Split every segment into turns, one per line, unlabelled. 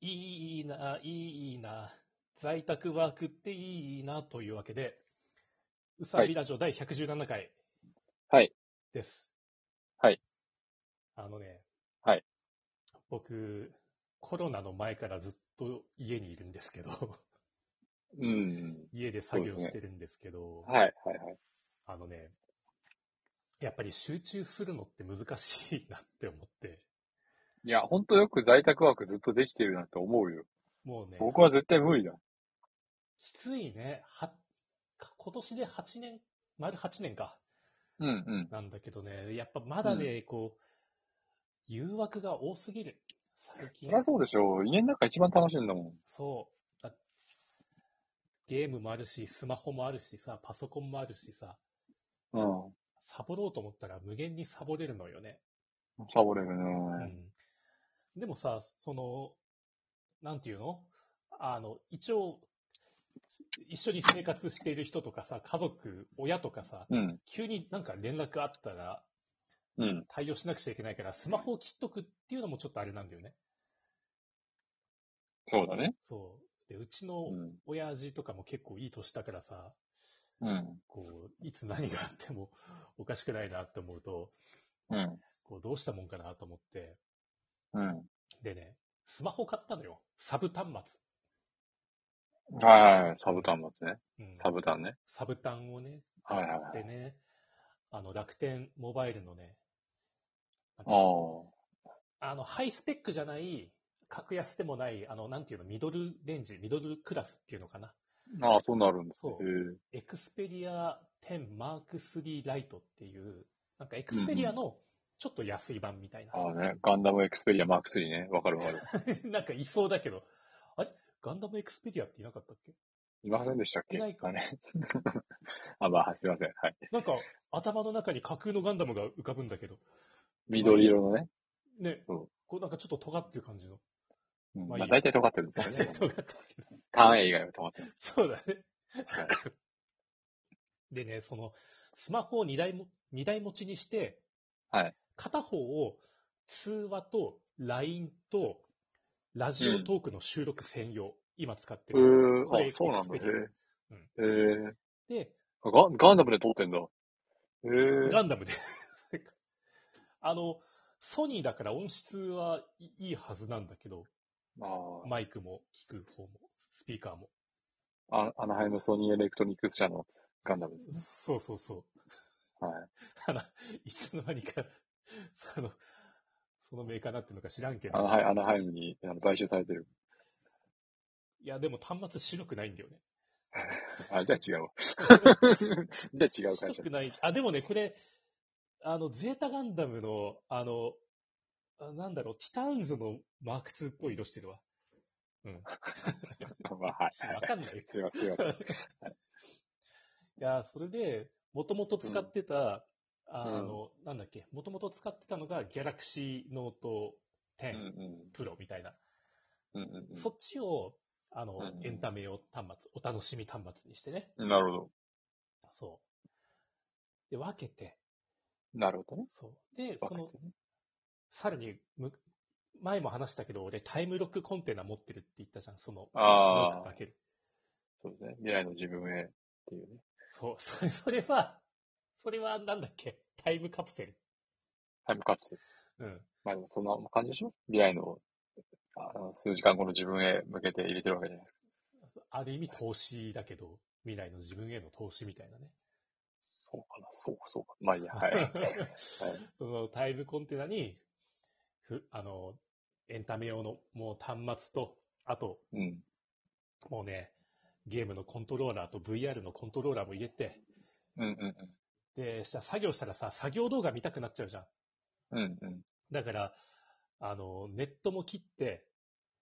いいな、いいな、在宅ワークっていいなというわけで、うさびラジオ第117回
はい。
です。
はい。
あのね、
はい。
僕、コロナの前からずっと家にいるんですけど、
うん。
家で作業してるんですけど、
はい、はい、はい。
あのね、やっぱり集中するのって難しいなって思って、
いや、ほんとよく在宅ワークずっとできてるなって思うよ。
もうね、
僕は絶対無理だ。
きついね、は、今年で8年、丸8年か。
うん、うん。
なんだけどね、やっぱまだね、こう、誘惑が多すぎる。最
そ
近
り。ゃそうでしょう。家の中一番楽しいんだも
そう。だゲームもあるし、スマホもあるしさ、パソコンもあるしさ、
ん。う
サボろうと思ったら無限にサボれるのよね。
ん。サボれるね。
うんでもさ、その、なんていうのあの、一応、一緒に生活している人とかさ、家族、親とかさ、
うん。
急になんか連絡あったら
うん。
対応しなくちゃいけないから、スマホを切っとくっていうのもちょっとあれなんだよね。
そうだね。
そう。で、うち
う
の
ん。
親父とかも結構いい年だからさ、
うん。
こう、いつ何があっても おかしくないなって思うと、
うん。
こう、どうしたもんかなと思って、
うん。
でね、スマホ買ったのよ。サブ端
はいはいはい。サブタン末ね。
末。うん、
サブタンね。
サブ端をね、
はいはいはい。
でね、あの、楽天モバイルのね、
ああ。
あの、ハイスペックじゃない、格安でもない、あの、なんていうの、ミドルレンジ、ミドルクラスっていうのかな。
ああ、そうなるんですね。
そうエクスペリア10マーク3ライトっていう、なんかエクスペリアのちょっと安い版みたいな。
へえ。ああね。ガンダムエクスペリアマーク3ね。わかるわか る。
なんかいそうだけど、あれガンダムエクスペリアっていなかったっけ
いませんでしたっけ
いないか
あれ。 あ、まあ、すいません。はい。
なんか頭の中に架空のガンダムが浮かぶんだけど、
緑色のね。
ね、
そう
こうなんかちょっと尖ってる感じの。
うん
まあ
ま
いい
あ、大体尖ってるんです
尖
よ
ってる
ね。
尖ってるけど。
ターン A 以外は止まってない。
そうだね。
はい
でね、その、スマホを2台も、二台持ちにして、
はい
片方を通話と LINE とラジオトークの収録専用、今使って
え
る。
ー、
これ
あ、そうなんだ。
エクスペリア
えー、え
で、
ーガンガンダムで撮ってんだ。えー、
ガンダムで。 あの、ソニーだから音質はいいいはずなんだけど、
あー
マイクも聞く方も、スピーカーも。
あ、あの辺のソニーエレクトニクス社のガンダムです。
そうそうそう。
はい。
あの、いつの間にか、その、そのメーカーになってるのか知らんけ
アナ
ど。
ハイアナハイムにあの買収されてる。
いや、でも端末白くないんだよね。
あ、じゃあ 違うわ。じゃあ違う会
白
社
く。ない。あ、でもね、これ、あの、ゼータガンダムの、あの、あなんだろう、ティターンズのマーク2っぽい色してるわ。うん。
まあ、はい。
わかんないよ。
すいません、すいません。
いやー、それで、もともと使ってた、あ
うん
あの、なんだっけ、もともと使ってたのが Galaxy Note 10
うん
Pro みたいな。
うん。うんうん
そっちを、あの、
うん
エンタメ用端末、お楽しみ端末にしてね。
うん。なるほど。
そう。で、分けて、
なるほどね。
そう。で、その、さらにむ、前も話したけど、俺タイムロックコンテナ持ってるって言ったじゃん、その、ロッ
あ
ク
あ
か、ける。
そうですね。未来の自分へっていうね。
そう、 それ、それは、それはなんだっけ、タイムカプセル。
タイムカプセル。
うん。
まあでもそんな感じでしょ未来のあの数時間後の自分へ向けて入れてるわけじゃないですか。
ある意味投資だけど、未来の自分への投資みたいなね。
そうかな、そうか、そうか。まあいいや、はい。はい、
そのタイムコンテナに、ふあの、エンタメ用のもう端末と、あと、
うん。
もうね、ゲームのコントローラーと VR のコントローラーも入れて、
うんうん
で、したら作業したらさ、作業動画見たくなっちゃうじゃん。
うん。うんうん。
だから、あの、ネットも切って、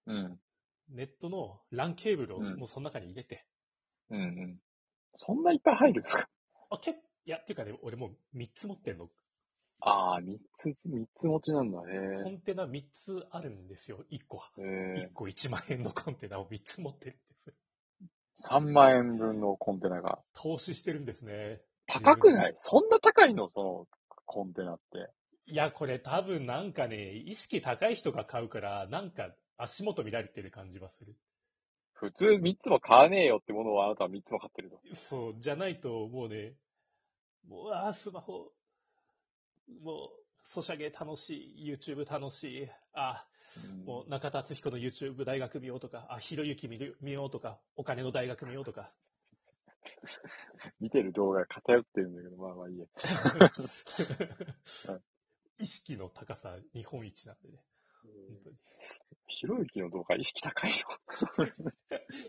うん
ネットの LAN ケーブルを
うん
もうその中に入れて、
うんうん。そんないっぱい入るんですか
あ、けっ、いや、っていうかね、俺もう3つ持ってんの。
ああ、三つ、三つ持ちなんだ
コ
ね。
ンテナ3つあるんですよ、1個は。
えー
1、個1万円のコンテナを3つ持ってるんです。
3万円分のコンテナが。
投資してるんですね。
高くないいそんな高いのそのコンテナって。
いや、これ多分なんかね、意識高い人が買うから、なんか足元見られてる感じはする。
普通3つも買わねえよってものをあなたは3つも買ってると。
そう、じゃないと、もうね、もう、あースマホ、もう、ソシャゲ楽しい、YouTube 楽しい、あーもう中田敦彦の YouTube 大学見ようとか、あ、ひろゆき見る見ようとか、お金の大学見ようとか、
見てる動画が偏ってるんだけど、まあまあいいや。
意識の高さ日本一なんでね、本当に。
ひろゆきの動画意識高いよ。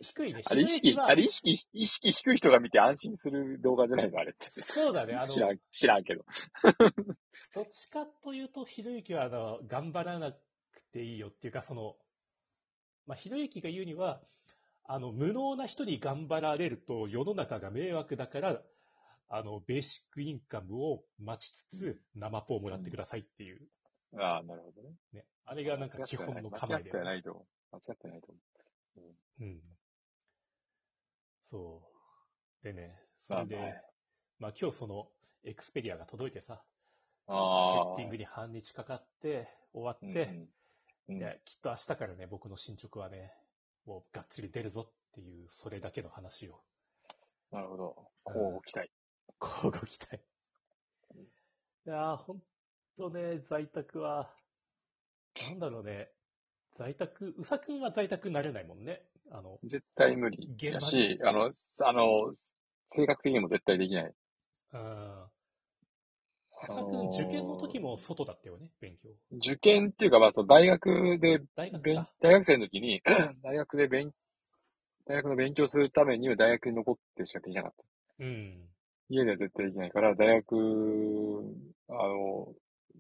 低いね、
あれ意
ひろゆき、
識
は
あれ意識、意識低い人が見て安心する動画じゃないのあれって。
そうだね、あの、
知らん、知らんけど。
どっちかというと、ひろゆきは、あの、頑張らなくていいよっていうか、その、まあ、ひろゆきが言うには、あの、無能な人に頑張られると世の中が迷惑だから、あの、ベーシックインカムを待ちつつ、生ポをもらってくださいっていう、
ああ、なるほどね。
ね。あれがなんか基本の構えで
間違って。はないと思う。間違ってはないと思
うん。そう。でね、それで
まあまあ、
まあ今日その、エクスペリアが届いてさ、
う。
セ
ああ。
ッティングに半日かかって、終わって、
うんうん、うん
で、きっと明日からね、僕の進捗はね、もうがっつり出るぞっていう、それだけの話を、
なるほど。こう期待。
こうご期待。いやー、ほんとね、在宅は、なんだろうね、在宅、うさくんは在宅慣れないもんね。あの、
絶対無理
現場
だし、あの、あの、性格的にも絶対できない。
うん。う
あ
さくん、
のー
受験の時も外だったよね、勉強。
受験っていうか、まあ、その大学で
大学
勉
か。
大学生の時に、 大学で勉、大学の勉強するためには大学に残ってしかできなかっ
う
た。
ん。
家では絶対できないから、大学、あの、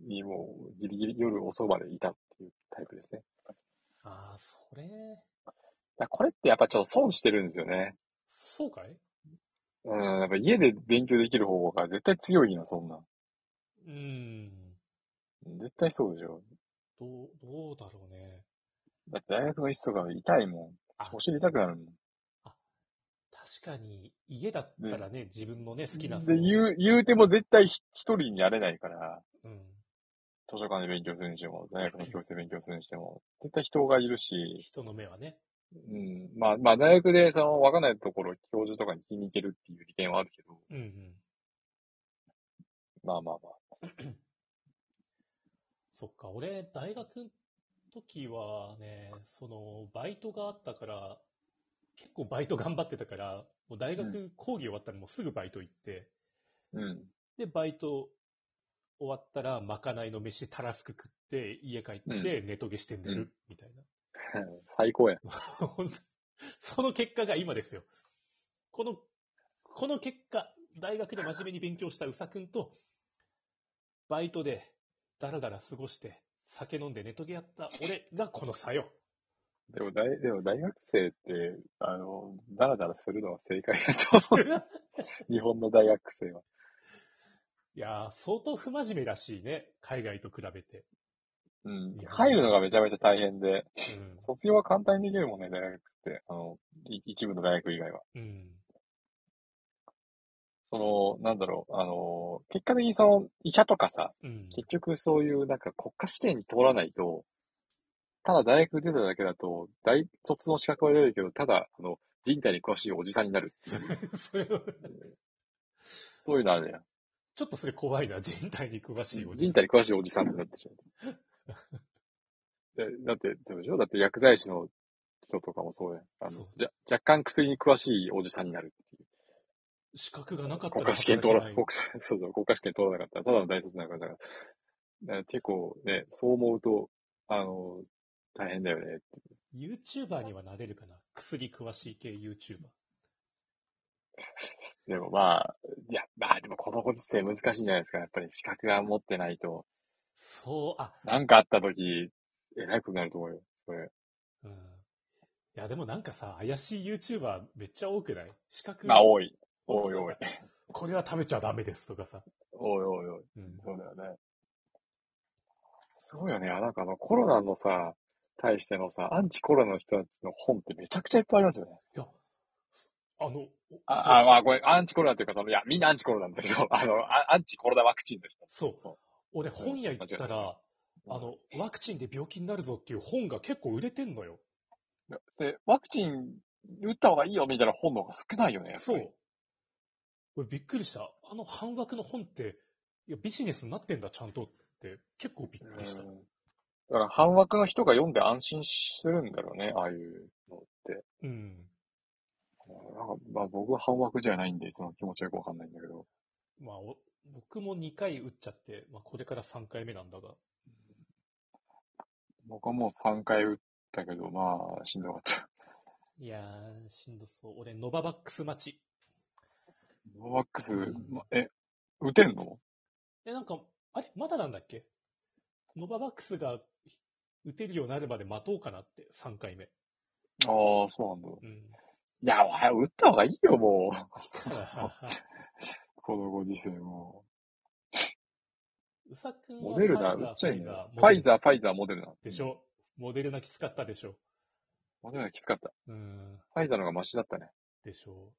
にもうギリギリ夜遅くまでいたっていうタイプですね。
ああ、それ、
だからこれってやっぱちょっと損してるんですよね。
そうかい
うん、やっぱ家で勉強できる方が絶対強いな、そんなん。
うん。
絶対そうでしょ。
どう、どうだろうね。
だって大学の椅子とか痛いもん。
あ
お尻痛くなるもん。
確かに、家だったらね、自分のね、好きなそ
で、
の
言う、言うても絶対ひ一人になれないから、
うん。
図書館で勉強するにしても、大学の教室で勉強するにしても、絶対人がいるし、
人の目はね。
うん。まあ、まあ、大学で、その、わかんないところ、教授とかに聞きに行けるっていう利点はあるけど、
うんうん。
まあまあまあ。
そっか、俺、大学の時はね、その、バイトがあったから、結構バイト頑張ってたから、もう大
う
学講義終わったらもうすぐバイト行って、
うん。
で、バイト終わったら、まかないの飯たらふく食って、家帰って、寝とげして寝
う
る
ん、
みたい
最高や。
な。ほんとその結果が今ですよ。この、この結果、大学で真面目に勉強した宇佐くんと、バイトで、だらだら過ごして、酒飲んで寝とげやった俺がこの差よ。
でも大、でも大学生って、あの、だらだらするのは正解だと思う。日本の大学生は。
いやー、相当不真面目らしいね。海外と比べて。
うん
いや。
帰るのがめちゃめちゃ大変で、
うん。
卒業は簡単にできるもんね、大学って。あの、い一部の大学以外は。
うん。
その、なんだろう、あの、結果的にその、医者とかさ、
うん。
結局そういうなんか国家試験に通らないと、ただ大学出ただけだと、大卒の資格は得られるけど、ただ、あの、人体に詳しいおじさんになる。
それは
そういうのあるじゃん。
ちょっとそれ怖いな。人体に詳しいおじ
人体に詳しいおじさんになってし まう。でだって、そうでしょだって薬剤師の人とかもそうやん。あ
そう
のじゃ若干薬に詳しいおじさんになるっていう。
資格がなかった
国家試験通ら、
働け
国 家そうそう国家試験通らなかったら、ただの大卒なんかだから。だから結構ね、そう思うと、あの、大変だよねって。
ユーチューバーにはなれるかな薬詳しい系ユーチューバー。
でもまあ、いや、まあでもこのご時世難しいんじゃないですか。やっぱり資格が持ってないと、
そう、あ、
なんかあった時、偉くなると思うよ。それ。
うん。いや、でもなんかさ、怪しいユーチューバーめっちゃ多くない資格。
まあ多い。多い多い。
これは食べちゃダメですとかさ。
多い多い多い。
うん。
そうだよね。すごいよね。あなんかあのコロナのさ、対してのさ、アンチコロナの人たちの本ってめちゃくちゃいっぱいありますよね。
いや、あの、
あ、あ、まあこれ、アンチコロナというか、その、いや、みんなアンチコロナなんだけど、あの、あアンチコロナワクチンの人。
そう。俺本屋行ったら、
間違いない
あの、ワクチンで病気になるぞっていう本が結構売れてんのよ。
で、ワクチン打った方がいいよみたいな本の方が少ないよね。やっぱ
そ
り
う。。俺びっくりした。あの半額の本って、いや、ビジネスになってんだ、ちゃんとって、結構びっくりした
う。んだから、半枠の人が読んで安心するんだろうね、ああいうのって。
うん。
なんか、まあ僕は半枠じゃないんで、その気持ちはよくわかんないんだけど。
まあ、お僕も2回打っちゃって、まあ、これから3回目なんだが。
僕はもう3回打ったけど、まあ、しんどかった。
いやー、しんどそう。俺、ノババックス待ち。
ノーバックス、まえ、打てんの
え、なんか、あれまだなんだっけノババックスが打てるようになるまで待とうかなって、3回目。
ああ、そうなんだ。
うん。
いや、もう早く打った方がいいよ、もう。 このご時世も
うさくん
う。
は
モデルナ打っちゃ
ファ
い
イ
い
ザ
な。
ー、
ファイ
ー。
ザー、ファイザー、モデルナ。
でしょモデルナきつかったでしょ
モデルナきつかった。
うん。
ファイザーの方がマシだったね。
でしょ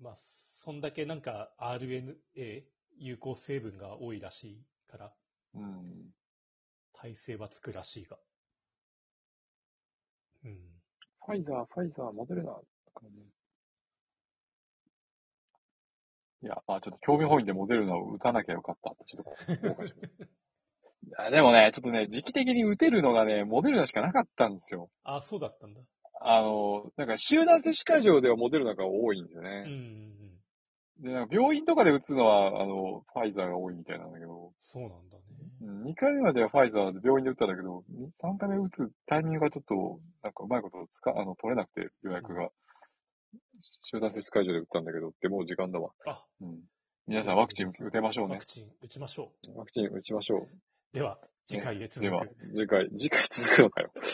まあ、そんだけなんか RNA 有効成分が多いらしいから、
うん。
耐性はつくらしいが。うん。
ファイザー、ファイザー、モデルナ。いや、まあちょっと興味本位でモデルナを打たなきゃよかったって、ちょっと後悔しま したいや、でもね、ちょっとね、時期的に打てるのがね、モデルナしかなかったんですよ。
あ、そうだったんだ。
あの、なんか集団接種会場ではモデルナが多いんですよ
うんうん
ね。
うん。
で、なんか病院とかで打つのは、あの、ファイザーが多いみたいなんだけど、
そうなんだね。
うん、2回目まではファイザーで病院で打ったんだけど、3回目打つタイミングがちょっと、なんかうまいことつか、あの、取れなくて、予約が。集団接種会場で打ったんだけど、でもう時間だわ。
あ、
うん。皆さんワクチン打てましょう
ワ
ね
ク。チン打ちましょ
ワクチン打ちましょう。
う。では、次回へ続
では
く。、
次回、次回続くのかよ。